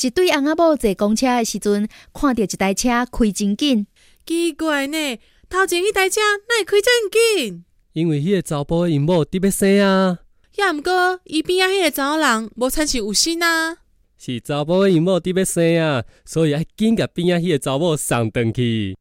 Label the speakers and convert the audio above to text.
Speaker 1: 一对翁仔某坐公车的时阵，看到一台车开真紧，
Speaker 2: 奇怪呢，头前迄台车哪会开遮紧？
Speaker 3: 因为迄个查甫的因某伫要生啊，
Speaker 2: 也毋过伊边仔迄个查某人无参是有心啊。
Speaker 3: 是查甫的因某伫要生啊，所以爱紧甲边仔迄个查某送转去。